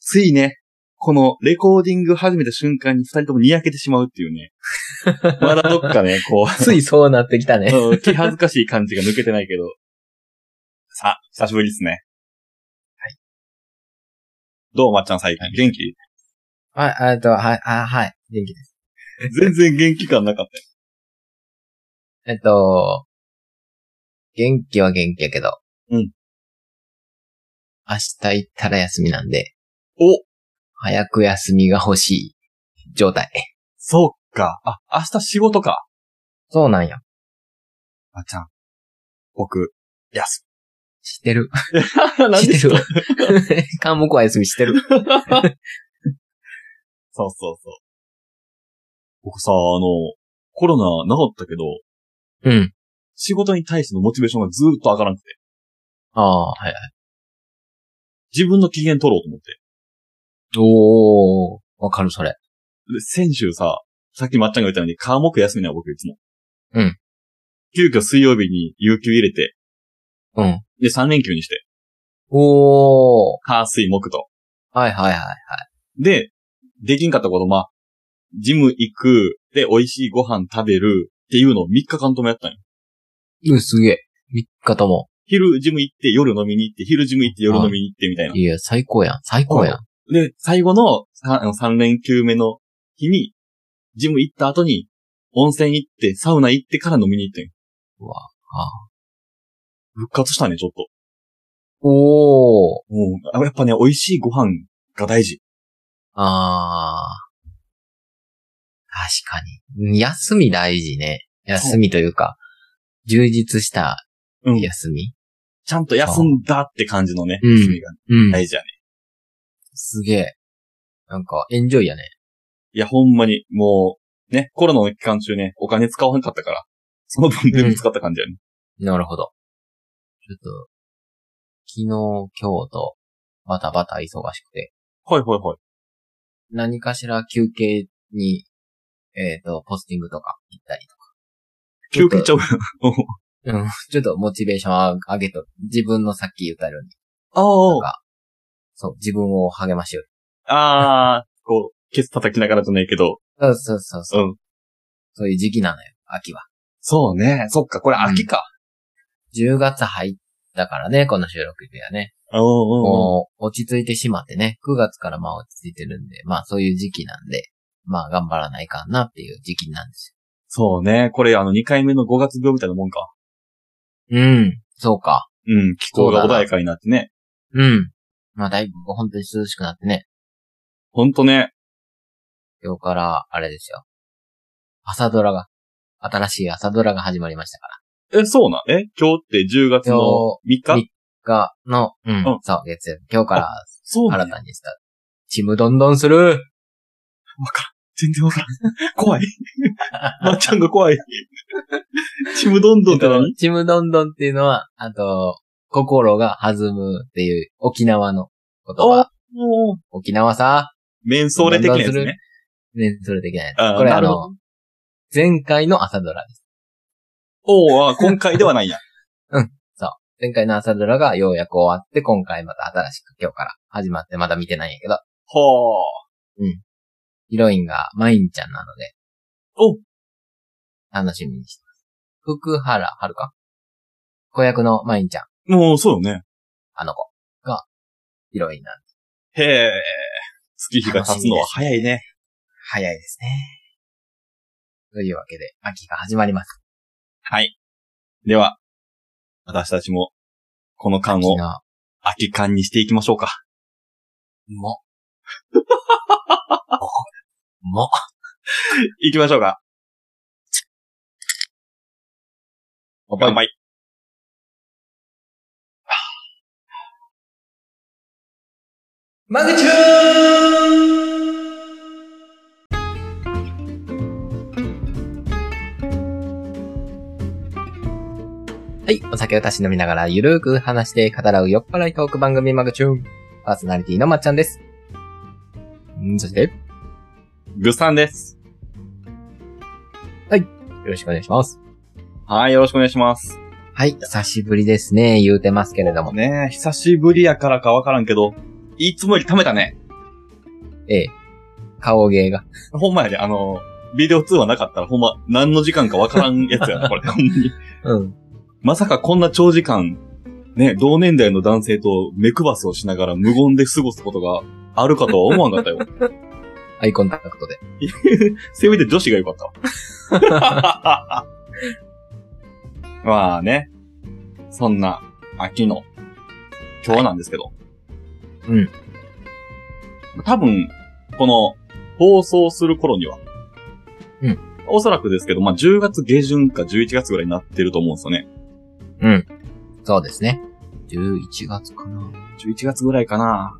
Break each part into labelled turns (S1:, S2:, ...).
S1: ついね、このレコーディング始めた瞬間に二人ともにやけてしまうっていう ね。まだどっかね、 こう、
S2: ついそうなってきたね。
S1: うん気恥ずかしい感じが抜けてないけど。さあ、久しぶりですね。はい。どうまっちゃん最近、元気
S2: はい、あえっと、はい、あ、はい、元気です。
S1: 全然元気感なかったよ。
S2: えっと、元気は元気やけど。
S1: うん。
S2: 明日行ったら休みなんで、
S1: お
S2: 早く休みが欲しい状態。
S1: そうか。あ、明日仕事か。
S2: そうなんよ。
S1: まっちゃん。僕、休
S2: 知って る。
S1: み。何
S2: 知
S1: で
S2: って
S1: すか
S2: る。 科目は休み知ってる。
S1: そうそうそう。僕さ、あの、コロナ治ったけど、
S2: うん。
S1: 仕事に対してのモチベーションがずーっと上がらなくて、
S2: ああ、はいはい。
S1: 自分の機嫌取ろうと思って。
S2: おー、わかるそれ。
S1: で、先週さ、さっきまっちゃんが言ったように、科目休みなの僕いつも。
S2: うん。
S1: 急遽水曜日に有給入れて、
S2: うん。
S1: で、3連休にして、
S2: おー、
S1: 火、水、木と。
S2: はいはいはいはい。
S1: で、できんかったこと、まあ、ジム行く、で、美味しいご飯食べるっていうのを3日間ともやったんよ。
S2: うん、すげえ。3日とも。
S1: 昼ジム行って夜飲みに行って、昼ジム行って夜飲みに行ってみたいな。
S2: いや、最高やん。最高やん。
S1: で、最後の 3, 連休目の日に、ジム行った後に、温泉行って、サウナ行ってから飲みに行ったんよ。
S2: うわあ
S1: 復活したね、ちょっと。
S2: おー、
S1: うん。あやっぱね、美味しいご飯が大事。
S2: あー。確かに。休み大事ね。休みというか、充実した
S1: うん。
S2: 休み。
S1: ちゃんと休んだって感じのね、
S2: うん
S1: 休みが
S2: うん。
S1: 大事やね。
S2: すげえ。なんか、エンジョイやね。
S1: いや、ほんまに、もう、ね、コロナの期間中ね、お金使わなかったから、その分全部使った感じやね。
S2: なるほど。ちょっと、昨日、今日と、バタバタ忙しくて、
S1: はいはいはい。
S2: 何かしら休憩に、えっ、と、ポスティングとか行ったりとか。
S1: 休憩ちゃうやん。
S2: うん、 ちょっとモチベーション上げとる、自分のさっき言ったように、
S1: あ
S2: なんか、そう、自分を励ましよう。
S1: あ。あー、こう、ケツ叩きながらじゃないけど、
S2: そうそうそうそうう、
S1: ん。
S2: そういう時期なのよ、秋は。
S1: そうね。そっか、これ秋か。
S2: 10月入ったからね、この収録日はね。
S1: うんうんうん。
S2: もう、落ち着いてしまってね、9月からまあ落ち着いてるんで、まあそういう時期なんで、まあ頑張らないかんなっていう時期なんです
S1: そうね。これ、あの、2回目の5月病みたいなもんか。
S2: よ。うん、そうか。
S1: うん。気候が穏やかになってね。
S2: うん。まあだいぶ本当に涼しくなってね、
S1: ほんとね。
S2: 今日から、あれですよ。朝ドラが、新しい朝ドラが始まりましたか
S1: え、そうなんえ今日って10月の3日
S2: 日ら。が、の、うん、
S1: ん
S2: そう、月曜日。今日から
S1: そうなん
S2: 新
S1: や
S2: たにした。ちむどんどんする
S1: 全然わ からん。怖い。まっちゃんが怖い。ちむどんどんって何
S2: ちむどんどんっていうのは、あと、心が弾むっていう沖縄の言葉。
S1: もう、
S2: 沖縄さ、
S1: メンソーレ的なやつね。
S2: ね、それできない
S1: あー
S2: やつ。これあ
S1: なるほ
S2: の、前回の朝ドラです。
S1: おうあ、今回ではない んや。
S2: 前回の朝ドラがようやく終わって、今回また新しく今日から始まって、まだ見てないんやけど、
S1: ほう。
S2: ヒロインがマインちゃんなので、
S1: お
S2: 楽しみにしてます。福原遥か子役のマインちゃん、
S1: もう、そうよね。
S2: あの子が、ヒロインなんで、
S1: へえ。月日が経つのは早いね。
S2: 早いですね。というわけで、秋が始まります。
S1: はい。では、私たちも、この間を
S2: 昨日
S1: 秋間にしていきましょうか。
S2: も。も。
S1: 行きましょうか。
S2: も。
S1: 乾杯。
S2: マグチューンはい。お酒をたし飲みながらゆるーく話して語らう酔っ払いトーク番組マグチューン。パーソナリティのまっちゃんです。んーそして、よ
S1: ぐっさんです。
S2: ろしくお願いします。
S1: はい、よろしくお願いします。
S2: はい。久しぶりですね。言うてますけれども。
S1: ねえ、久しぶりやからかわからんけど、いつもより貯めたね。
S2: ええ。顔芸が。
S1: ほんまやで、あの、ビデオ通話なかったらほんま何の時間かわからんやつやな、こ れ。ほんまに
S2: うん。
S1: まさかこんな長時間、ね、同年代の男性と目配せをしながら無言で過ごすことがあるかとは思わんか ったよ。
S2: アイコンタクトで。
S1: せめて女子が良かった わ。まあね。そんな、秋の、今日なんですけど。
S2: いうん。
S1: 多分、この、放送する頃には。
S2: うん。
S1: おそらくですけど、まあ10月下旬か11月ぐらいになってると思うんですよね。
S2: うん。そうですね。11月かな。
S1: 11月ぐらいかな。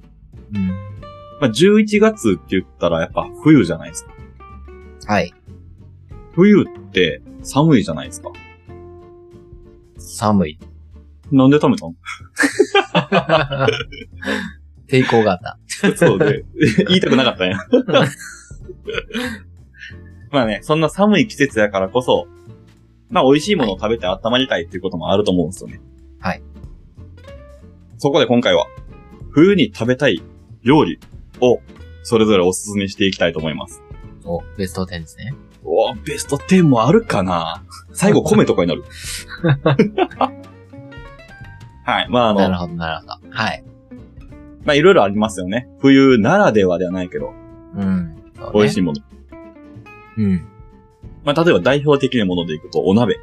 S2: うん。
S1: まあ11月って言ったらやっぱ冬じゃないですか。
S2: はい。
S1: 冬って寒いじゃないですか。
S2: 寒い。
S1: なんで食べたの
S2: 抵抗があっ た。
S1: そうで、言いたくなかったんや。 まあね、そんな寒い季節やからこそ、まあ美味しいものを食べて温まりたいっていうこともあると思うんですよね。
S2: はい。
S1: そこで今回は、冬に食べたい料理を、それぞれおすすめしていきたいと思います。
S2: お、ベスト10ですね。
S1: おーベスト10もあるかな最後米とかにな る。はい。まああの
S2: な、るほど、なるほど。はい。
S1: まあいろいろありますよね。冬ならではではないけど、
S2: うん。そうね
S1: 美味しいもの。
S2: うん。
S1: まあ、例えば代表的なものでいくと、お鍋。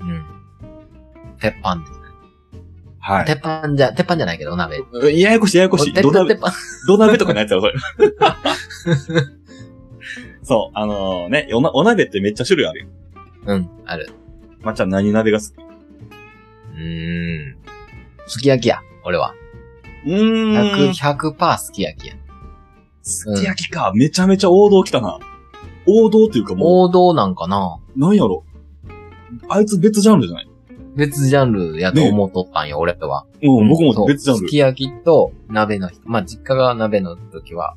S2: うん。鉄板ですね。
S1: は
S2: 鉄板じゃ、鉄板じゃないけど、お鍋。
S1: い。ややこしい、ややこしい。
S2: 鉄
S1: 土
S2: 板、
S1: 鍋、
S2: 鉄板。
S1: 土鍋とかのやつやろ、それ。 そう、あのね、おなお鍋ってめっちゃ種類あるよ。
S2: うん、ある。
S1: まっちゃん何鍋が好き
S2: うーん。すき焼きや、俺は。
S1: うーん。
S2: 100、100%すき焼きや。
S1: すき焼きか。めちゃめちゃ王道来たな。王道っていうかも
S2: 王道なんかな
S1: う、なんやろ。あいつ別ジャンルじゃない
S2: 別ジャンルやと思っとったんよ、俺は。
S1: うん、僕
S2: そ
S1: も
S2: う
S1: 別ジャン
S2: す
S1: ル。
S2: き焼きと鍋の日、まあ、実家が鍋の時は、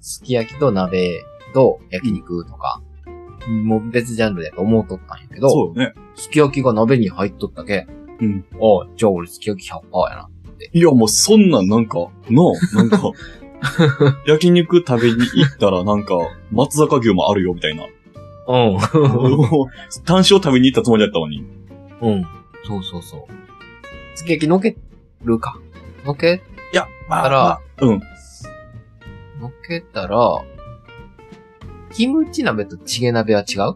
S2: すき焼きと鍋と焼肉とか、もう別ジャンルやと思うとったんやけど、
S1: そうよね。
S2: すき焼きが鍋に入っとったけ。
S1: うん。
S2: ああ、じゃあ俺すき焼き100%やな。
S1: いや、もうそんなんなんか、なあ、 なんか、焼肉食べに行ったらなんか、松坂牛もあるよ、みたい な。
S2: う
S1: 単勝食べに行ったつもりだったのに。
S2: ん。 うん。そうそうそう。すき焼きのけるか。のけ、
S1: いや、ま
S2: だから
S1: まうん。
S2: のけたら、キムチ鍋とチゲ鍋は違う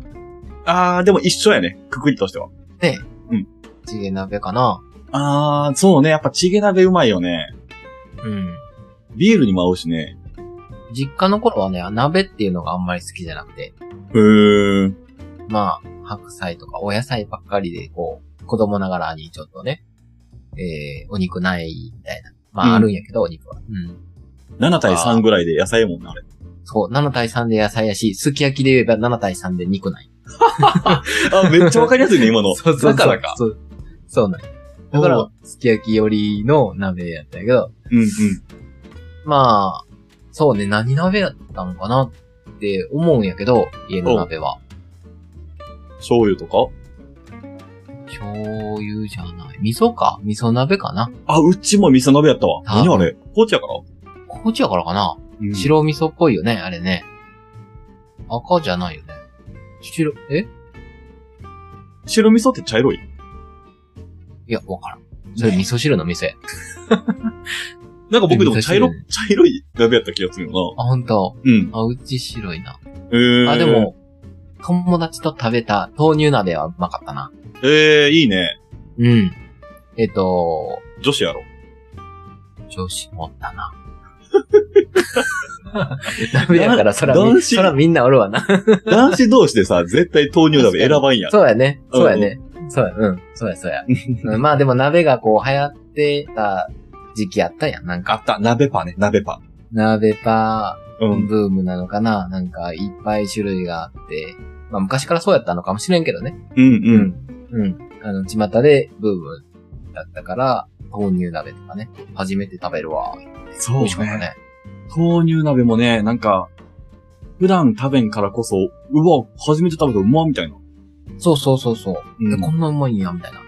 S1: あー、でも一緒やね。くくりとしては。
S2: ね
S1: うん。
S2: チゲ鍋かな
S1: あー、そうね。やっぱチゲ鍋うまいよね。
S2: うん。
S1: ビールにも合うしね。
S2: 実家の頃はね、鍋っていうのがあんまり好きじゃなくて、
S1: うーん。
S2: まあ、白菜とかお野菜ばっかりで、こう、子供ながらにちょっとね、えー、お肉ないみたいな。ま
S1: うん
S2: あ、あるんやけど、お肉は。うん。
S1: 7対3ぐらいで野菜やもんな、あれ。
S2: そう、7対3で野菜やし、すき焼きで言えば7対3で肉ない。
S1: あ、めっちゃわかりやす いね、 今の。だからか。
S2: そう、そうなんやだか
S1: お
S2: ら
S1: う、
S2: すき焼きよりの鍋やったんやけど、
S1: うんうん。
S2: まあ、そうね、何鍋やったのかなって思うんやけど、家の鍋は。
S1: 醤油とか
S2: 醤油じゃない。味噌か味噌鍋かな
S1: あ、うちも味噌鍋やったわ。
S2: あ
S1: 何あれ紅茶やから、
S2: こっちやからかな、
S1: うん、
S2: 白味噌っぽいよね、あれね。赤じゃないよね。白、え
S1: 白味噌って茶色い。
S2: いや、わからん。それ味噌汁の味噌や。
S1: なんか僕でも
S2: 味噌
S1: 茶色
S2: 汁、
S1: 茶色い鍋やった気がするよ
S2: あ、ほんと。
S1: な。うん。
S2: あ、うち白いな。
S1: えー、
S2: あ、で。も、友達と食べた豆乳鍋はうまかったな。
S1: えー、いいね。
S2: うん。えっと、
S1: 女子や ろ。
S2: 女子持った な。鍋やから、そら
S1: 男
S2: み、
S1: 子
S2: そらみんなおるわな。
S1: 男子同士でさ、絶対豆乳鍋選ばんやん。
S2: そうやね。
S1: うん
S2: そうやね。そうや、うん。そうや、そう や。うんまあでも鍋がこう流行ってた時期あったやん。なん
S1: あ
S2: か、
S1: った、鍋パね、鍋パ。
S2: 鍋パ
S1: う
S2: ー
S1: ん。
S2: ブームなのかな、なんかいっぱい種類があって。まあ昔からそうやったのかもしれんけどね。
S1: うん
S2: う
S1: うん。。
S2: うん。あの、巷でブームだったから、豆乳鍋とかね。初めて食べるわ。美
S1: そう
S2: 味しかった
S1: ね。
S2: ね。
S1: 豆乳鍋もね、なんか、普段食べんからこそ、うわ、初めて食べたうまみたいな。
S2: そうそうそうそう。
S1: う
S2: で
S1: ん
S2: こんなうまいんや、みたいな。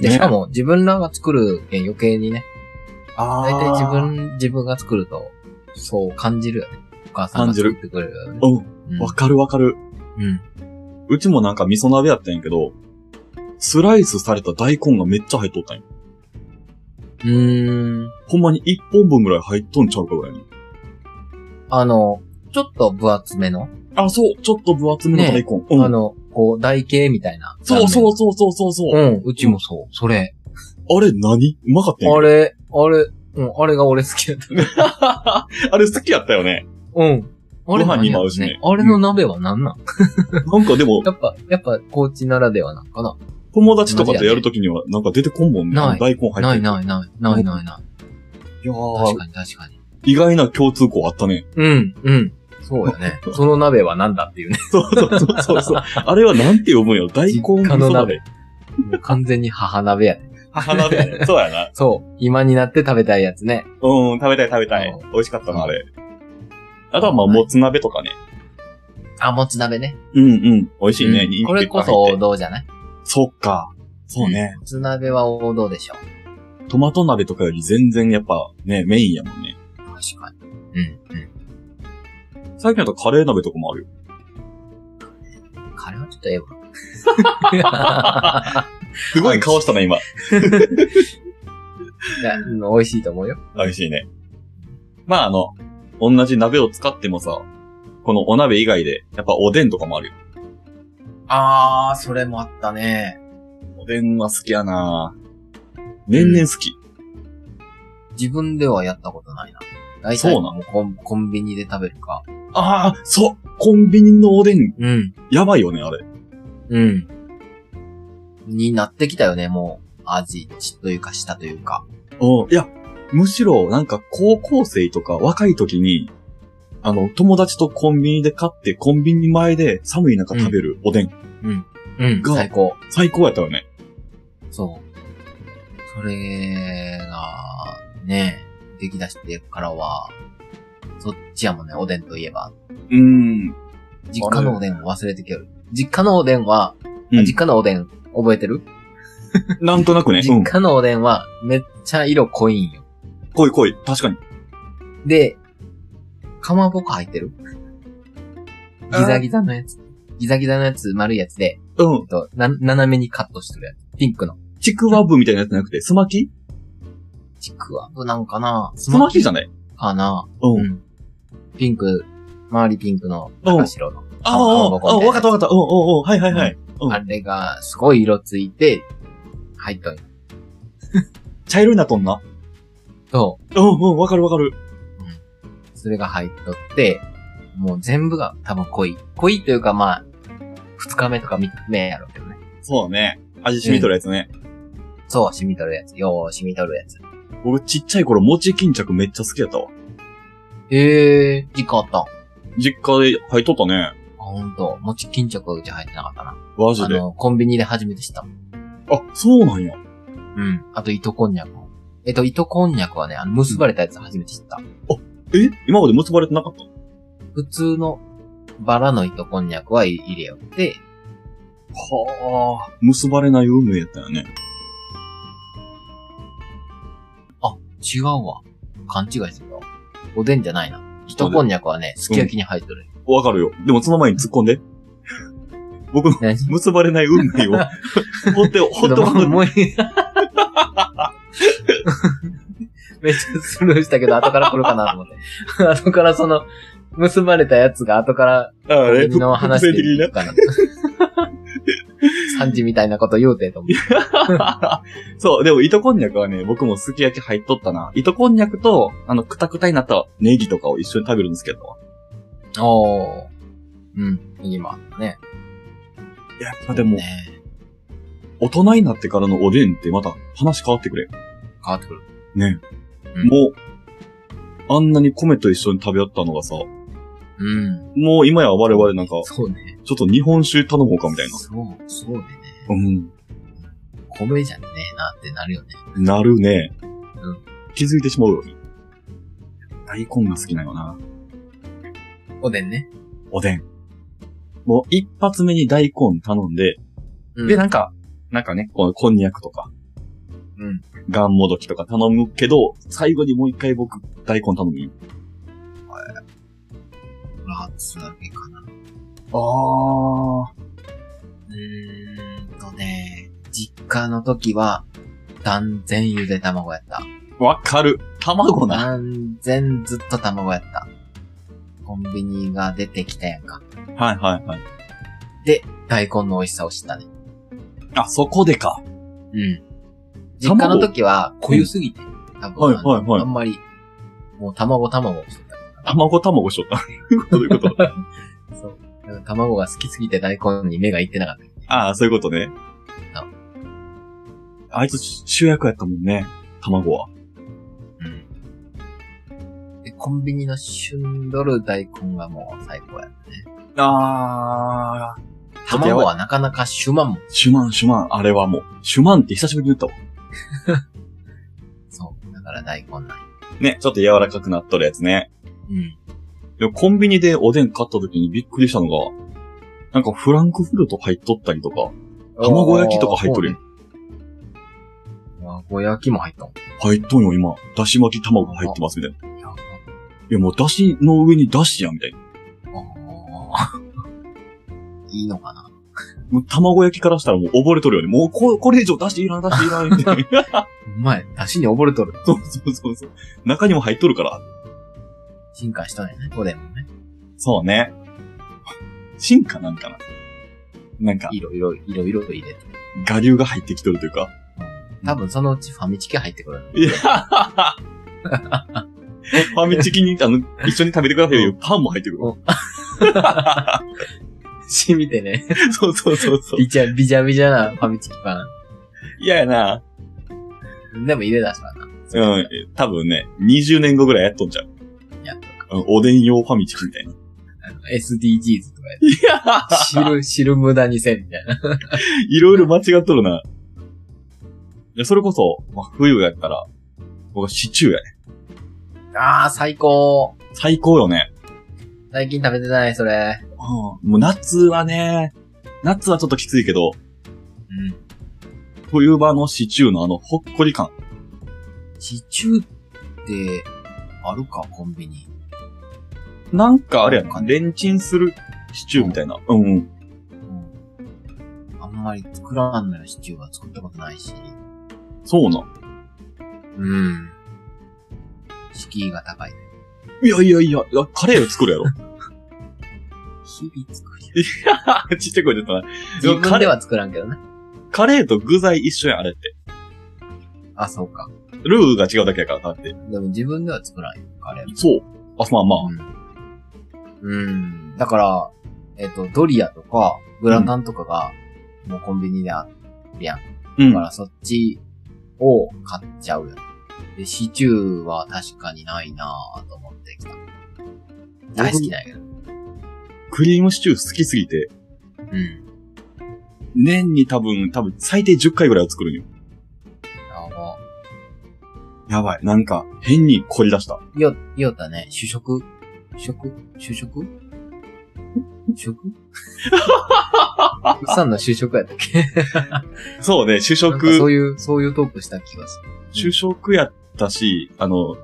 S2: で、
S1: ね
S2: しかも自分らが作るけん余計にね。
S1: あ
S2: 大体自
S1: 分。
S2: 分、自分が作ると、そう感じるよね。お母さんが作ってくれるよね。
S1: うん。
S2: うん
S1: わかるわかる。
S2: うん。
S1: うちもなんか味噌鍋やったんやけど、スライスされた大根がめっちゃ入っとったんよ。
S2: うーん。
S1: ほんまに一本分ぐらい入っとんちゃうかぐらいに。
S2: あの、ちょっと分厚めの、
S1: あ、そう、ちょっと分厚めの大根。う
S2: あ
S1: ん。
S2: の、こう、台形みたいな。
S1: そうそうそうそうそうそうう。
S2: ん、うちもそう。それ。
S1: あれ何うまかったんや
S2: あれ、あれ、うん、あれが俺好きだった。
S1: あれあれ好きやったよね。
S2: うん。あれ
S1: ご飯に
S2: 何や
S1: も合
S2: ろ
S1: うしね
S2: あれの鍋は何なん、
S1: なんかで も、
S2: やっぱ、やっぱ、高知ならではなんかな。
S1: 友達とかとやるときにはなんか出てこんもんね。
S2: ない
S1: 大根入ってる。
S2: ないないない、ないないない。
S1: いや
S2: 確
S1: ー、
S2: かに確かに。
S1: 意外な共通項あったね。
S2: うん、うん。そうやね。 その鍋は何だっていうね。
S1: そうそうそうそうそう。あれはなんて読むんよ。大根味
S2: 実家
S1: 噌
S2: の
S1: 鍋。
S2: 鍋。もう 完全に母鍋やね。
S1: 母鍋や ね。そうやな。
S2: そう。今になって食べたいやつね。
S1: うん、食べたい食べたい
S2: そ。
S1: 美味しかったな、あれ。あとはまあ、もつ鍋とかね。
S2: あ、もつ鍋ね。
S1: うんうん。美味しいね。
S2: う
S1: 人
S2: ん
S1: 気
S2: これこ
S1: 結
S2: そ
S1: 構入っ
S2: 王
S1: て。
S2: 道じゃない
S1: そっか。そうね。
S2: もつ鍋は王道でしょ。
S1: トマト鍋とかより全然やっぱね、メインやもんね。
S2: 確かに。うん、うん。
S1: 最近だとカレー鍋とかもあるよ。
S2: カレーはちょっとええ わ。
S1: すごい顔したな、今。
S2: いやうん美味しいと思うよ。
S1: 美味しいね。まああの、同じ鍋を使ってもさ、このお鍋以外で、やっぱおでんとかもあるよ。
S2: あー、それもあったね。
S1: おでんは好きやな年々好き。
S2: 自分ではやったことないな。大体
S1: そうなの
S2: もうコンコンビニで食べるか。
S1: ああ、そうコンビニのおでん、
S2: うん。
S1: やばいよね、あれ。
S2: うん。になってきたよね、もう。味というか、したというか。
S1: うん。いや、むしろ、なんか高校生とか若い時に、あの、友達とコンビニで買って、コンビニ前で寒い中食べるおでん、
S2: うん。
S1: が
S2: 最高。
S1: 最高やったよね。
S2: そう。それが、ね、出来出してからは、そっちやもんね、おでんといえば。
S1: うん。
S2: 実家のおでんを忘れてきよる。実家のおでんは、
S1: うん
S2: あ実家のおでん、覚えてる、
S1: なんとなくね。う
S2: 実
S1: ん。
S2: 家のおでんは、めっちゃ色濃いんよ。
S1: 濃い濃い。確かに。
S2: で、かまぼこ入ってる
S1: あ
S2: ギザギザのやつ。ギザギザのやつ、丸いやつで、
S1: う
S2: え
S1: ん
S2: っ。と、な、斜めにカットしてるやつ。ピンクの。
S1: ちくわぶみたいなやつじゃなくて、すまき
S2: ちくわぶなんかな
S1: す
S2: ス
S1: まきじゃ
S2: ん
S1: ない
S2: かな
S1: う。
S2: うんん。ピンク、周りピンクの、
S1: うん
S2: 赤白の。
S1: ああ、ああ、ああわかったわかった。うんうんうん。はいはいはい。うん
S2: あれが、すごい色ついて、入っとんよ
S1: 茶色になっとんな。
S2: と、
S1: うんうん、わかるわかる。
S2: それが入っとって、もう全部が多分濃い。濃いというかまあ、二日目とか三日目やろうけどね。
S1: そうね。味染みとるやつね。
S2: そう、染みとるやつ。よう、染みとるやつ。
S1: 僕ちっちゃい頃、餅巾着めっちゃ好きやったわ。
S2: へえ、ー、時間あったん。あ、
S1: 実家で入っとったね。
S2: ほんと。餅巾着はうち入ってなかったな。
S1: マジ
S2: あ
S1: で。
S2: の、コンビニで初めて知ったもん。
S1: あ、そうなんや。
S2: うん。あと、糸こんにゃくも。えっと、糸こんにゃくはね、あの、結ばれたやつ初めて知った。
S1: え今まで結ばれてなかった
S2: 普通のバラの糸こんにゃくはい入れよって、
S1: はあ。結ばれない運命やったよね。
S2: 違うわ。勘違いするわ。おでんじゃないな。糸こんにゃくはね、すき焼きに入っとる。
S1: わかるよ。でもその前に突っ込んで。僕の
S2: 何
S1: 結ばれない運 命を、ほって、ほっ
S2: ちょ
S1: と
S2: っともういい。 めっちゃスルーしたけど、後から来るかなと思って。 後からその、結ばれたやつが後から、
S1: あれ、
S2: 君の
S1: 伏
S2: 話
S1: 線
S2: で
S1: 的に
S2: いい
S1: ね。
S2: かな。サンジみたいなこと言うてと思う。
S1: そう、でも糸こんにゃくはね、僕もすき焼き入っとったな。糸こんにゃくと、あの、くたくたになったネギとかを一緒に食べるんですけど。
S2: おー。うん、今ね。
S1: いや、やっぱでも、
S2: ね
S1: 大人になってからのおでんってまた話変わってくれ。
S2: 変わってくる。
S1: ね。
S2: うん
S1: もう、あんなに米と一緒に食べ合ったのがさ、
S2: うん。
S1: もう今や我々なんか、
S2: そうね。
S1: ちょっと日本酒頼もうかみたいな。
S2: そう、そうでね。
S1: うん。
S2: 米じゃねえなってなるよね。
S1: なるね。
S2: うん
S1: 気づいてしまうよね。大根が好きなよな。
S2: おでんね。
S1: おでん。もう一発目に大根頼んで、
S2: うん
S1: で、なんか、なんかね、このこんにゃくとか、
S2: うん。
S1: がんもどきとか頼むけど、最後にもう一回僕、大根頼むよ。
S2: の初揚げかな。
S1: あ
S2: うーんとね、実家の時は、断然ゆで卵やった。
S1: あ、わかる。卵な。
S2: 断然ずっと卵やった。コンビニが出てきたやんか。
S1: はいはいはい。
S2: 大根の美味しさを知ったね。
S1: あ、そこでか。
S2: うん。実家の時は、濃ゆすぎて、多分、
S1: はいはいはい
S2: あんまり、もう卵卵をして
S1: 卵卵しとった。どういう こと
S2: た。そう。だから卵が好きすぎて大根に目がいってなかった。
S1: ああ、そういうことね
S2: あ。
S1: あいつ主役やったもんね。卵は。
S2: うん。で、コンビニの旬どる大根がもう最高や。
S1: ああ。竹や
S2: 卵
S1: ばい
S2: はなかなか旬まんもん。
S1: シュマンシュマン、あれはもう。シュマンって久しぶりに言ったわ。
S2: そう。だから大根なんや。
S1: ね、ちょっと柔らかくなっとるやつね。
S2: うん。
S1: でもコンビニでおでん買った時にびっくりしたのが、なんかフランクフルト入っとったりとか、卵焼きとか入っとるやん。
S2: そうね卵焼きも入ったもん。
S1: 入っとんよ、今。だし巻き卵が入ってます、みたいな。
S2: やば
S1: いや、もうだしの上にだしやん、みたいな。
S2: あーいいのかな
S1: もう卵焼きからしたらもう溺れとるよね。もうここれ以上だしいらん、だしい らん、みたいな。
S2: うまい。出汁に溺れとる。
S1: そうそうそうそう。中にも入っとるから。
S2: 進化したんやね。おでんもね。
S1: そうね。進化なんかな。なんか、
S2: いろいろ、いろいろと入れて。
S1: 我流が入ってきとるというか。
S2: 多分そのうちファミチキ入ってくる。
S1: いやファミチキに、あの、一緒に食べてくださいよ。パンも入ってくる。
S2: 染みてね。
S1: そうそうそうそう。
S2: びちゃ、びちゃびちゃなファミチキパ
S1: 嫌やな。
S2: ン。でも入れ出したな。
S1: うん。多分ね、20年後ぐらいやっとんちゃう。
S2: やっ
S1: うんおでん用ファミチキみたいな。
S2: あの SDGs とかやって。知る、知る無駄にせんみたいな。
S1: いろいろ間違っとるな。いやそれこそ、まあ、冬やったら、僕はシチューやね。
S2: あー、最高。
S1: 最高よね。
S2: 最近食べてない、それ。
S1: うん。もう夏はね、夏はちょっときついけど、
S2: うん。
S1: 冬場のシチューのあの、ほっこり感。
S2: シチューって、あるか、コンビニ。
S1: なんかあれやんか、レンチンするシチューみたいな。うんうん。
S2: うん。あんまり作らんのよ、シチューは作ったことないし。
S1: そうなん。
S2: うん。敷居が高い。
S1: いやいやいや、いやカレーを作 るやろ。
S2: 日々作り。
S1: ちっちゃい声出たな。
S2: 自分では作らんけどね。
S1: カレーと具材一緒やん、あれって。
S2: あ、そうか。
S1: ルーが違うだけやから、だって。
S2: でも自分では作らんよ、カレーも。
S1: そう。あ、まあまあ。
S2: うん。うん。だから、えっ、と、ドリアとか、グラタンとかが、もうコンビニであるやん。
S1: う
S2: だ
S1: ん
S2: か。らそっちを買っちゃうよ。で、シチューは確かにないなぁと思ってきた。大好きだけど。
S1: クリームシチュー好きすぎて、
S2: うん。
S1: 年に多分、多分、最低10回ぐらいは作るんよ。
S2: あの、
S1: やばい。なんか、変に凝り出した。
S2: よ、よったね、主食食主食 食さんの主食やったっけ
S1: そうね、主
S2: なんかそ
S1: 食
S2: う、いう、そういうトークした気がする。
S1: 主食やったし、あの、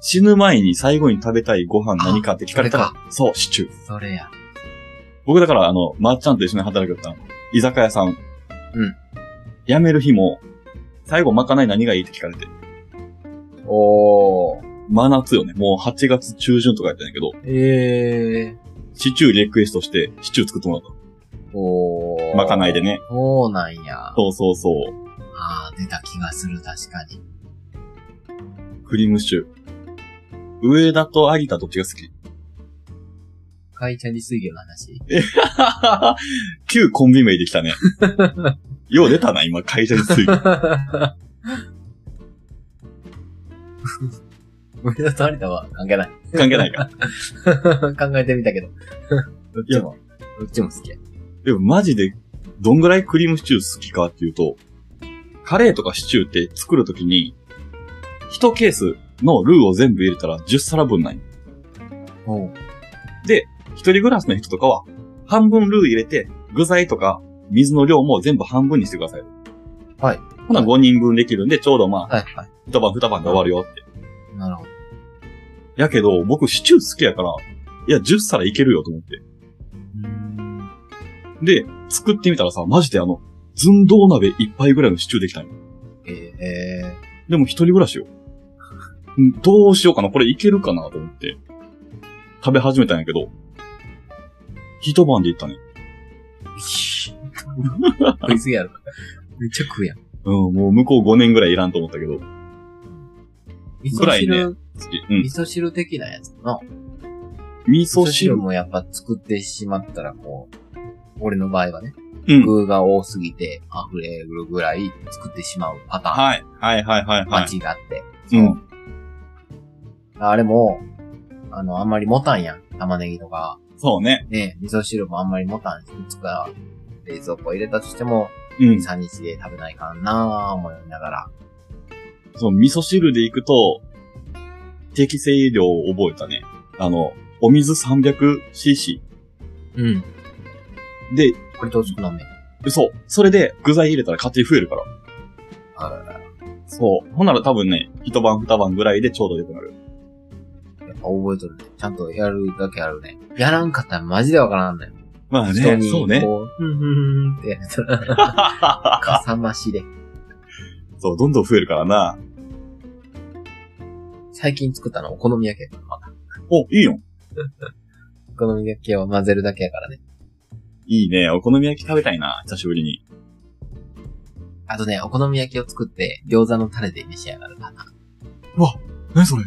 S1: 死ぬ前に最後に食べたいご飯何かって聞かれたら
S2: あ、
S1: そう、シチュー。
S2: それや。。
S1: 僕だから、あの、まっちゃんと一緒に働くった居酒屋さん。うん辞める日も、最後まかない何がいいって聞かれて。
S2: おー。
S1: 真夏よね。もう8月中旬とかやったんやけど、
S2: え
S1: シチューリクエストして、シチュー作ってもらっ
S2: ー。お
S1: た。
S2: ー。
S1: まかないで。ね。
S2: そうなんや。
S1: そうそうそう。
S2: あー、出た気がする、確かに。
S1: クリームシチュー。上田と有田どっちが好き
S2: 会社に水魚の話。
S1: 旧コンビ名できたね。よう出たな、今、会社について。
S2: 上田と有田は関係ない。
S1: 関係ないか。
S2: 考えてみたけど。 どっちも、どっちも好きや。
S1: でもマジで、どんぐらいクリームシチュー好きかっていうと、カレーとかシチューって作るときに、一ケースのルーを全部入れたら10皿分ない。
S2: おう。
S1: 一人暮らしの人とかは、半分ルー入れて、具材とか水の量も全部半分にしてください。
S2: はい。
S1: ほな5人分できるんで、ちょうどまあ、
S2: はいは
S1: 一晩二晩で終わるよって。
S2: い。なるほど。
S1: やけど、僕シチュー好きやから、いや、10皿いけるよと思って。で、作ってみたらさ、マジであの、寸胴鍋一杯ぐらいのシチューできたんよ。
S3: えー、
S1: でも一人暮らしよ。んどうしようかな、これいけるかなと思って。食べ始めたんやけど、一晩でいったね。
S3: 食いすぎやろ。めっちゃ食うやん。
S1: うん、もう向こう5年ぐらいいらんと思ったけど、
S2: 味
S1: ぐ
S2: 噌
S1: らいね
S2: 汁、
S1: 次うん。
S2: 味噌汁的なやつかな。
S1: 味
S2: 味
S1: 噌
S2: 噌汁
S1: 汁。
S2: もやっぱ作ってしまったらこう、俺の場合はね、
S1: うん。
S2: 具が多すぎて溢れるぐらい作ってしまうパターン。
S1: はい。はいはいはい
S2: 間
S1: は
S2: 違
S1: い。
S2: って。
S1: うん。
S2: あれも、あの、あんまり持たんやん。玉ねぎとか。
S1: そうね。
S2: ね、味噌汁もあんまり持たんし、いつか冷蔵庫入れたとしても、
S1: うん
S2: 2、。3日で食べないかんなぁ、思いながら。
S1: その味噌汁でいくと、適正量を覚えたね。あの、お水 300cc。
S2: うん。
S1: で、
S2: これと少なめ。
S1: そう。それで具材入れたら勝手に増えるから。
S2: あ
S1: そう。ほんなら多分ね、一晩二晩ぐらいでちょうど良くなる。
S2: やっぱ覚えとるね。ちゃんとやるだけあるね。やらんかったらマジでわからんね。
S1: まあ
S2: 人
S1: ね、
S2: に、
S1: そうね。
S2: こう、ふんふんふんって やったら、かさ増しで。
S1: そう、どんどん増えるからな。
S2: 最近作ったのお好み焼きやから、まだ。
S1: お、いいよ。
S2: お好み焼きを混ぜるだけやからね。
S1: いいね。お好み焼き食べたいな。久しぶりに。
S2: あとね、お好み焼きを作って、餃子のタレで召し上がるかな。
S1: 何それ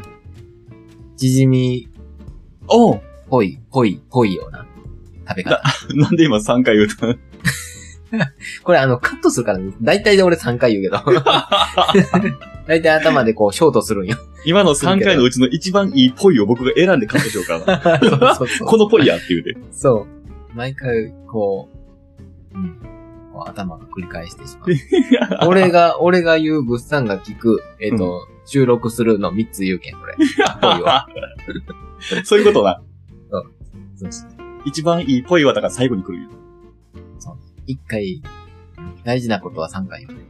S2: 縮み
S1: おう
S2: ぽい、ぽい、ぽいような食べ方。
S1: なんで今3回言うたの
S2: これあの、カットするから、大体で俺3回言う けど。大体頭でこう、ショートするんよ。
S1: 今の3回のうちの一番いいぽいを僕が選んでカットしようかな。
S2: そうそうそう
S1: このぽいやって言うて。
S2: そう。毎回、こう、うん。こう頭が繰り返してしまう。 俺が、俺が言う、ぐっさんが聞く、えっ、と、収録するの3つ言うけん、これ。ぽ いわ
S1: そういうことな。
S2: そうそう
S1: 一番いいぽいはだから最後に来るんや
S2: 一回、大事なことは3回言うね。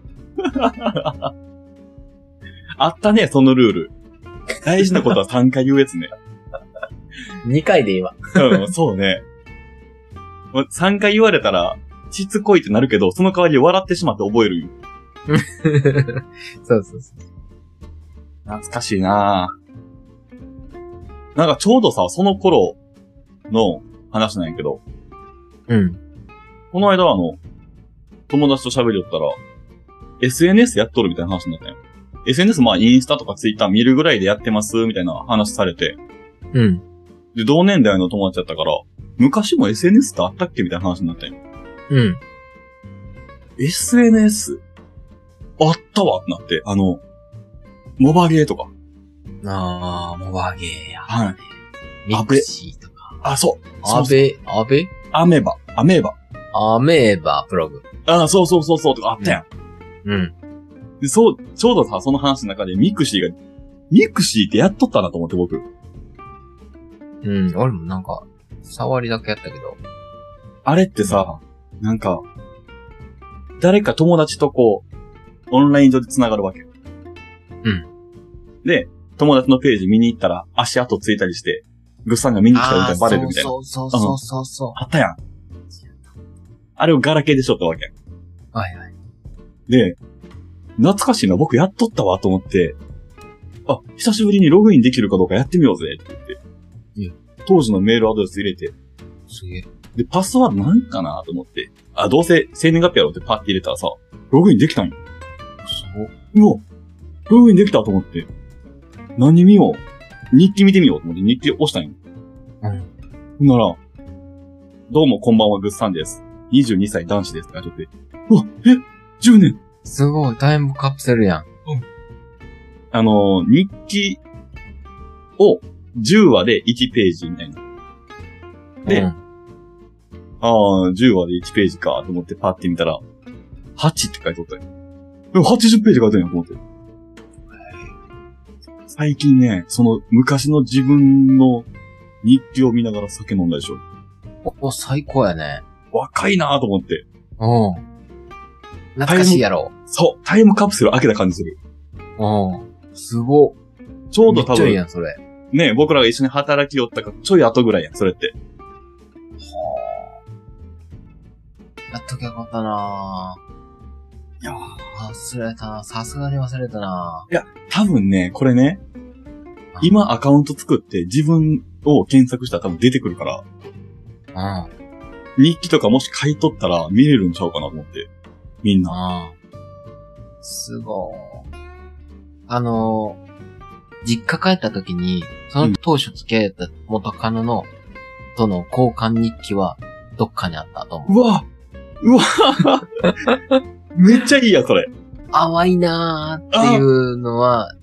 S1: あったね、そのルール。大事なことは3回言うやつね。
S2: 2回でいい わ。
S1: うん、そうね。3回言われたら、しつこいってなるけど、その代わり笑ってしまって覚えるんよ。
S2: そうそうそう。
S1: 懐かしいなぁ。なんかちょうどさ、その頃の話なんやけど、
S2: うん。
S1: この間あの、友達と喋りよったら、SNS やっとるみたいな話になったんよ。SNS まあインスタとかツイッター見るぐらいでやってますみたいな話されて、
S2: うん。
S1: で、同年代の友達やったから、昔も SNS ってあったっけみたいな話になったんよ。
S2: うん。
S1: SNS? あったわってなって、あの、モバゲーとか。
S2: あー、モバゲーや。
S1: はい。
S2: ミクシーとか。
S1: あ、そう。
S2: ア
S1: そう
S2: ベ、アベ
S1: アメーバ。アメーバ。
S2: アメーバブログ。
S1: あ、そうそうそうそうとかあったやん。
S2: うん。
S1: で、そう、ちょうどさ、その話の中でミクシーが、ミクシーってやっとったなと思って僕。
S2: うん。俺もなんか、触りだけやったけど。。
S1: あれってさ、なんか、誰か友達とこう、オンライン上で繋がるわけ。うんで、友達のページ見に行ったら、足跡ついたりして、グッさんが見に来たみたいなバレるみたいな。
S2: そうそうそうそうそ
S1: あったやん。あれをガラケーでしょったわけ。
S2: う。はいはい。
S1: で、懐かしいな、僕やっとったわと思って、あ、久しぶりにログインできるかどうかやってみようぜって言って、当時のメールアドレス入れて、
S2: すげえ。
S1: で、パスワードなんかなと思って、あ、どうせ生年月日やろうってパッて入れたらさ、ログインできたんよ。そう。うわ、ログインできたと思って、何見よう。日記見てみようと思って日記押したんよ。
S2: うん。
S1: ほんなら、どうもこんばんは、グッサンです。22歳男子ですって書いてあって、うわ、え、10年
S2: すごい、タイムカプセルやん。
S1: あの、日記を10話で1ページみたいな。で
S2: うん
S1: ああ、10話で1ページかと思ってパッて見たら、8って書いておったよ。でも80ページ書いてんよと思って。最近ね、その昔の自分の日記を見ながら酒飲んだでしょ。
S2: お、お最高やね。
S1: 若いなーと思って。
S2: うん。懐かしいやろ。
S1: そう、タイムカプセル開けた感じする。
S2: うん。すごっ。
S1: ちょう
S2: め
S1: ど
S2: っ
S1: 多
S2: ちゃいい
S1: 分、
S2: やん、それ。
S1: ね、僕らが一緒に働きよったか、ちょい後ぐらいやん、それって。
S2: やっときゃよかったなぁ。
S1: いや
S2: 忘れたなさすがに忘れたな
S1: 多分ね、これね、今アカウント作って自分を検索したら多分出てくるから、
S2: うん。あ
S1: 日記とかもし買い取ったら見れるんちゃうかなと思って。みんな。
S2: あ。すごい。あのー、実家帰った時に、その当初付き合った元カノの、との交換日記は、どっかにあったと思う。
S1: うわうわ めっちゃいいやん、それ。
S2: 淡いなーっていうのは、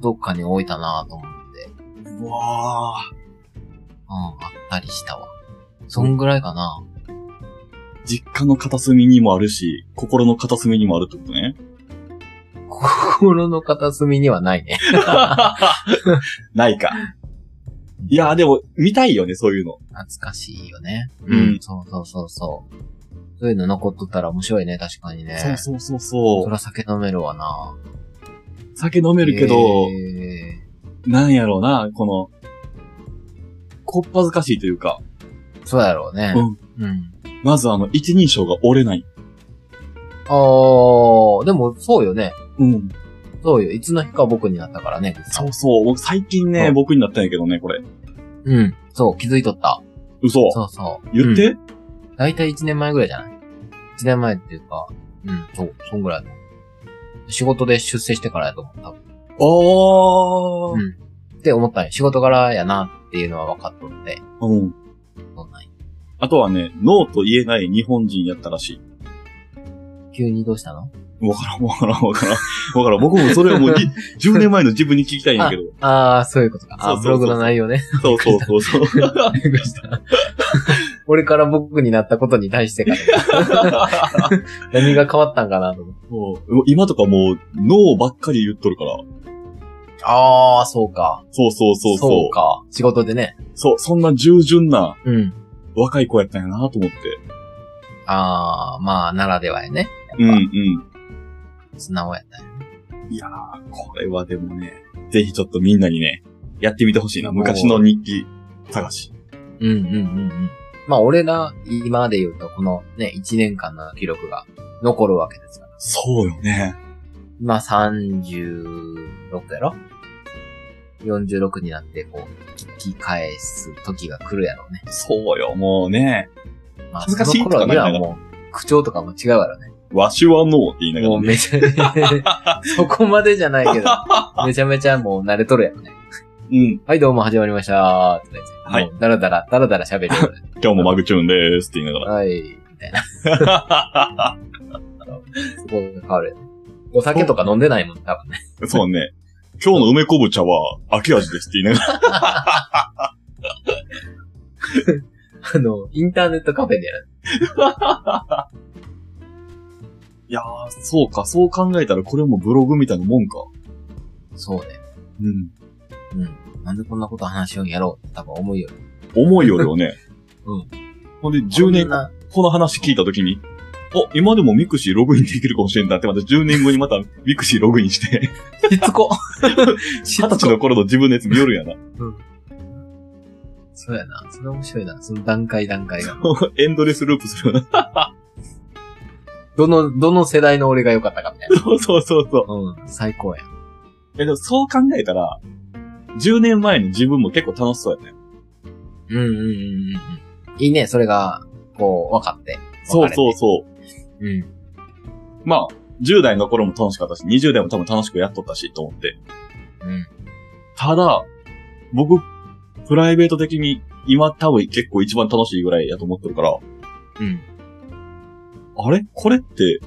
S2: どっかに置いたなーと思って。
S1: うわ
S2: うん、あったりしたわ。そんぐらいかな。
S1: 実家の片隅にもあるし、心の片隅にもあるってことね。
S2: 心の片隅にはないね。
S1: ないか。いやーでも、見たいよね、そういうの。
S2: 懐かしいよね。
S1: うん
S2: そうそうそうそう。そういうの残っとったら面白いね、確かにね。
S1: そうそうそうそ
S2: そら酒飲めるわな。
S1: う。酒飲めるけど、
S2: え
S1: なんやろうな、この、こっぱずかしいというか、
S2: ーそうやろうね。
S1: う
S2: うん。
S1: まずあの、一人称が折れない。
S2: あー、でもそうよね。
S1: うん。
S2: そうよ。いつの日か僕になったからね。
S1: そうそう。僕最近ね、
S2: うん
S1: 僕になったんやけどね、これ。
S2: うん。そう、気づいとった。
S1: 嘘。
S2: そうそう。
S1: 言っ
S2: うん
S1: て、
S2: 大体1年前ぐらいじゃない ?1 年前っていうか、うん、そう、そんぐらいだと思う。仕事で出世してからやと思う、多分。
S1: あー。
S2: って思ったんよ。仕事柄やなっていうのは分かっとって。
S1: うん。
S2: そんなんよ
S1: あとはね、ノーと言えない日本人やったらし
S2: 急にどうしたの
S1: い。わからん、わからん、わからん。わからん。僕もそれはもうに 10年前の自分に聞きたいんやけ ど。
S2: ああ、そういうことか。あ
S1: そうそうそうそう
S2: ーブログの内容ね。
S1: そうそうそうそう。
S2: びっくりした 俺から僕になったことに対してかね何が変わったんかなと思って。
S1: もう今とかもう、ノーばっかり言っとるから。
S2: ああ、そうか。
S1: そうそうそうそう。
S2: そうか。仕事でね。
S1: そう、そんな従順な
S2: うん。
S1: 若い子やったんやなと思って。
S2: ああ、まあ、ならではやね。
S1: うんうん。
S2: 素直やったよ。
S1: これはでもね、ぜひちょっとみんなにね、やってみてほしいな。昔の日記探し。
S2: うんうんうんうん。まあ、俺ら、今まで言うと、このね、1年間の記録が残るわけですから。
S1: そうよね。
S2: 今36やろ ?46 になって、こう、聞き返す時が来るやろうね。
S1: そうよ、もうね。
S2: まあ、
S1: 恥ずかしい
S2: その頃には
S1: とか
S2: もう、口調とかも違うやろね。
S1: わしはノーって言いなが
S2: も
S1: ら
S2: う
S1: ね。
S2: めちゃ、そこまでじゃない けど、めちゃめちゃもう慣れとるやろね。
S1: うん。
S2: はい、どうも始まりましたーって言って、
S1: はい
S2: もうダラダラ、ダラダラ喋るよね。
S1: 今日もマグチューンでーすって言い ながら。
S2: はい、みたいな。そこが変わるよね。お酒とか飲んでないもん、多分ね。
S1: そうね。今日の梅昆布茶は、秋味ですって言いながら。
S2: あの、インターネットカフェでやる。
S1: いやー、 そうか、そう考えたらこれもブログみたいなもんか。
S2: そうね。
S1: うん。
S2: うん。なんでこんなこと話しようんやろうって多分思うよ。
S1: 思いよりよ ね。
S2: うん。
S1: ほんで、10年
S2: こんな
S1: この話聞いたときに、お、今でもミクシーログインできるかもしれんなって、また10年後にまたミクシーログインして、
S2: しつこ し
S1: 二十歳
S2: つこ
S1: の頃の自分のやつ見よるんや な。
S2: そうやな。それ面白いな。その段階段階が。
S1: エンドレスループするよな。
S2: どの、どの世代の俺が良かったかみたいな。
S1: そうそうそうそう。
S2: うん。最高や。
S1: え、でもそう考えたら、10年前の自分も結構楽しそうやね。
S2: うんうんうんうんうん。いいね、それが、こう、分かって。
S1: そうそうそう。
S2: う。うん。
S1: まあ、10代の頃も楽しかったし、20代も多分楽しくやっとったし、と思って。
S2: うん。
S1: ただ、僕、プライベート的に今多分結構一番楽しいぐらいやと思ってるから、
S2: うん。
S1: あれこれって、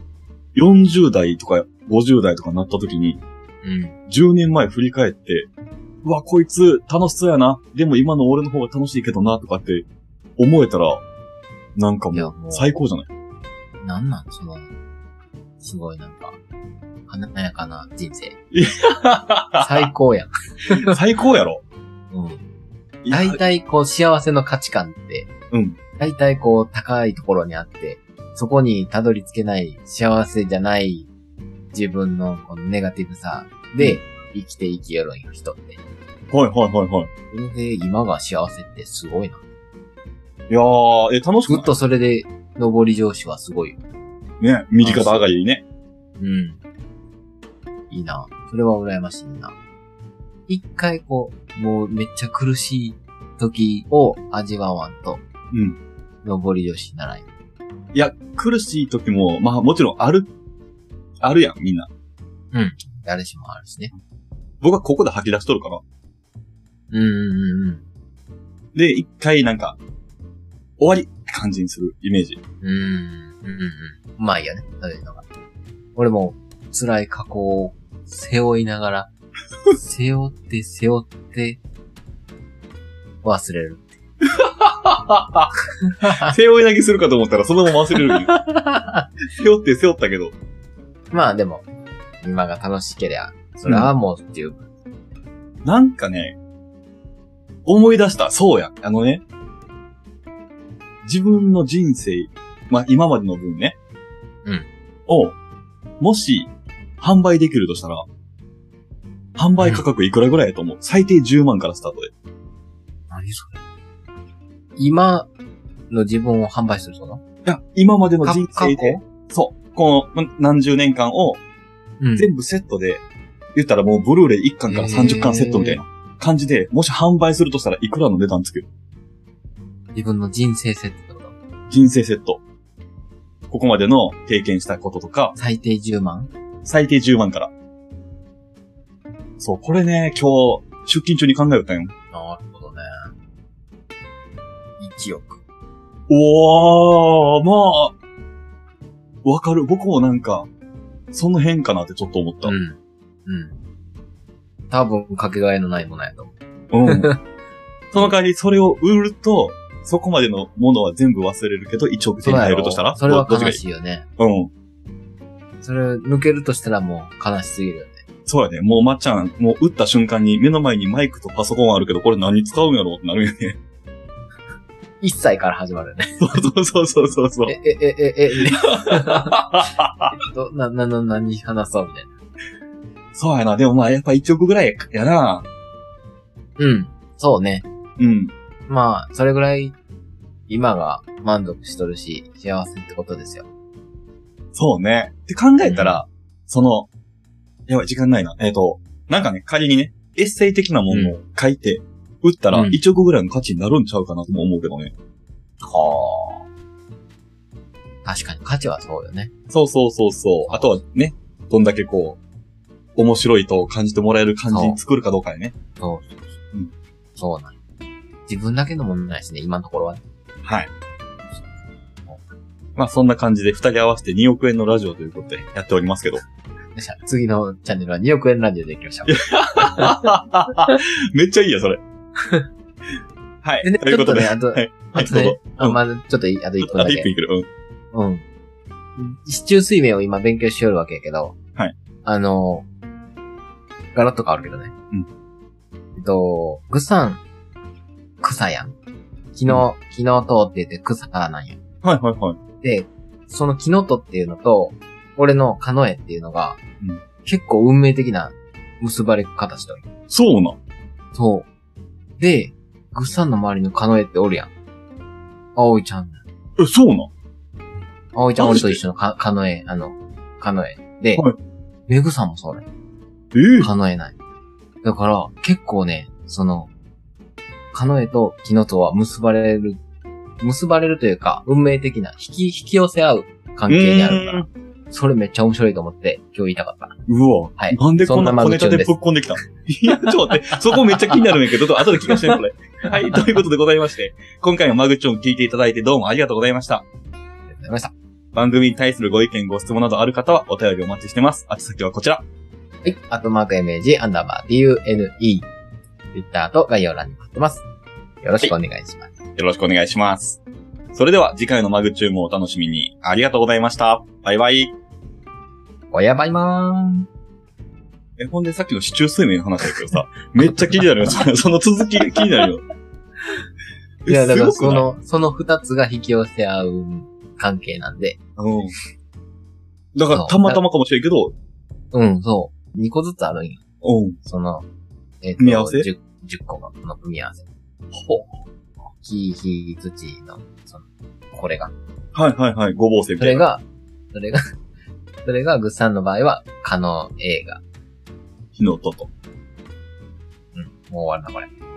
S1: 40代とか50代とかになった時に、
S2: うん。
S1: 10年前振り返って、うわ、こいつ楽しそうやな。でも今の俺の方が楽しいけどな、とかって思えたら、なんか
S2: いや、
S1: も
S2: も
S1: う
S2: う、
S1: 最高じゃない
S2: なんなん、その、すごいなんか、華やかな人生
S1: い。
S2: 最高やん。
S1: 最高やろ
S2: うん。
S1: いや
S2: 大体、こう、幸せの価値観って、
S1: うん。
S2: 大体、こう、高いところにあって、そこにたどり着けない、幸せじゃない、自分の、このネガティブさで、生きていきよるんよ、人って。
S1: はいはいはいはい。
S2: それで今が幸せってすごいな。
S1: いやー、え、楽し
S2: ず
S1: く
S2: っとそれで、上り上司はすごいよ。
S1: ね、右肩上がりでね。
S2: うん。いいな。それは羨ましいな。一回こう、もうめっちゃ苦しい時を味わわんと、
S1: うん。
S2: 上り上司にならんよ。
S1: いや、苦しい時も、まあもちろんある、あるやん、みんな。
S2: 誰しもあるしね。
S1: 僕はここで吐き出しとるから。
S2: うんうんうん
S1: で、一回なんか、終わりって感じにするイメ ージ。
S2: うん。うん、うん、うん。うまいよね、そういうのが。俺も、辛い過去を背負い ながら、背負って背負って、忘れる。
S1: 背負い投げするかと思ったらそのまま 忘れるよ。背負って背負ったけど。
S2: まあでも、今が楽しけりゃ、それはもうっていう。
S1: なんかね、思い出した。そうや。あのね、自分の人生、まあ今までの分ね。
S2: うん。
S1: を、もし、販売できるとしたら、販売価格いくらぐらいやと思う、最低10万からスタートで。
S2: 何それ今の自分を販売するその
S1: いや、今までの
S2: か
S1: 人生で
S2: 過、
S1: そう、このん何十年間を
S2: うん
S1: 全部セットで、言ったらもうブルーレイ1巻から30巻セットみたいな感じで、もし販売するとしたらいくらの値段つける
S2: 自分の人生セットってこと
S1: 人生セット。ここまでの経験したこととか、
S2: 最低10万
S1: 最低10万から。そう、これね、今日、出勤中に考えよったんよ。
S2: なるほどね。1億。
S1: おー、まあ、わかる。僕もなんか、その辺かなってちょっと思った。
S2: うん。うん。多分、かけがえのないものやと思う。
S1: うん。 その代わり、それを売ると、そこまでのものは全部忘れるけど、1億手に入るとしたら
S2: それは
S1: どどっちが
S2: 悲
S1: いい
S2: しいよね。
S1: うん。
S2: それ抜けるとしたらもう悲しすぎるよね。
S1: そうやね。もうまっちゃん、もう打った瞬間に目の前にマイクとパソコンあるけど、これ何使うんやろうってなるよね。
S2: 1歳から始まるよ ね。
S1: そうそうそうそうそう。
S2: え、え、え、え、え、 え、ど、な、な、な、何話そうみたいな。
S1: そうやな。でもまあ、やっぱ1億ぐらいやな。
S2: うん。そうね。
S1: うん。
S2: まあ、それぐらい、今が満足しとるし、幸せってことですよ。
S1: そうね。って考えたら、その、やばい、時間ないな。えっ、と、なんかね、仮にね、エッセイ的なものを書いて、打ったら
S2: うん
S1: 1億ぐらいの価値になるんちゃうかなとも思うけどね。
S2: はあ。確かに価値はそうよね。
S1: そうそうそうそう。あとはね、どんだけこう、面白いと感じてもらえる感じに作るかどうかやね。
S2: そうなんよ自分だけのものないしね、今のところは、ね。
S1: はい。まあそんな感じで二人合わせて2億円のラジオということでやっておりますけど。
S2: よっしゃ次のチャンネルは2億円ラジオでいき ましょう。
S1: めっちゃいいや、それ。はい。
S2: でね
S1: ということで。
S2: ちょっとね
S1: はい、は
S2: あと
S1: い、どう
S2: ね
S1: ぞ、
S2: あ
S1: うん
S2: まずちょっといあと1分
S1: あ
S2: だ
S1: と1
S2: け
S1: 分。いける。うん。
S2: うん。市中水面を今勉強しよるわけやけど。
S1: はい。
S2: あの、ガラッと変わるけどね。
S1: うん。
S2: えっと、グサン、草やん。昨日、昨日とって言って草なんや。
S1: はいはいはい。
S2: で、その昨日とっていうのと、俺のカノエっていうのが、
S1: うん
S2: 結構運命的な結ばれ方しとる。
S1: そうな。
S2: そう。で、グサンの周りのカノエっておるやん。葵ちゃん
S1: え、そうな。
S2: 葵ちゃん
S1: マ
S2: 俺
S1: ジで
S2: と一緒のカカノエ、あの、カノエ。で、
S1: はい
S2: メグさんもそうね。
S1: ええ
S2: カノエない。だから、結構ね、その、カノエとキノとは結ばれる、結ばれるというか、運命的な、引き、引き寄せ合う関係にあるから、それめっちゃ面白いと思って、今日言いたかった。
S1: うわ、
S2: はい
S1: なんでこんな
S2: そん
S1: 小
S2: なマ
S1: ネ
S2: グチ
S1: タ
S2: ューン
S1: で
S2: です
S1: ぶっこんできたの いや、ちょっと待って、そこめっちゃ気になるんやけど、後で聞かせてこれ。 はい、ということでございまして、今回もマグチョン聞いていただいてどうもありがとうございました。
S2: ありがとうございました。
S1: 番組に対するご意見、ご質問などある方はお便りお待ちしてます。あち先はこちら。
S2: はい。あとマーク MAG、アンダーバー DUNE、Twitter と概要欄に貼ってます。よろしくお願いします。
S1: よろしくお願いします。それでは次回のマグチューンもお楽しみに。ありがとうございました。バイバイ。
S2: おやばいまーん。
S1: え、ほんでさっきのシチュー睡眠の話だけどさ、 めっちゃ気になるよ。 そその続き気になるよ。
S2: いや、だから
S1: えすご
S2: そ
S1: くない
S2: の、その二つが引き寄せ合う関係なんで。
S1: うん。だからたまたまかもしれんけど、
S2: うん、そう。二個ずつあるんよ。
S1: うん。
S2: その、えっ
S1: 組み合わせ
S2: じゅ10個が、この組み合わせ。
S1: ほ
S2: 木、火、土の、その、これが。
S1: はいはいはい、ごぼうせみ
S2: そ
S1: たい
S2: れ
S1: な。
S2: が、それが、それが、グッサンの場合は、可能 A が。
S1: 火の音と。
S2: うん。もう終わるな、これ。